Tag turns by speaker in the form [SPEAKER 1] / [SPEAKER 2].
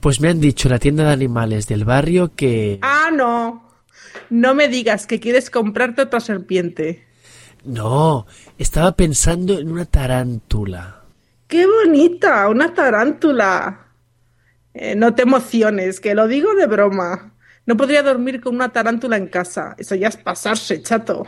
[SPEAKER 1] Pues me han dicho en la tienda de animales del barrio que...
[SPEAKER 2] Ah, no. No me digas que quieres comprarte otra serpiente.
[SPEAKER 1] No, estaba pensando en una tarántula.
[SPEAKER 2] ¡Qué bonita! Una tarántula. Eh, no te emociones, que lo digo de broma. No podría dormir con una tarántula en casa. Eso ya es pasarse, chato.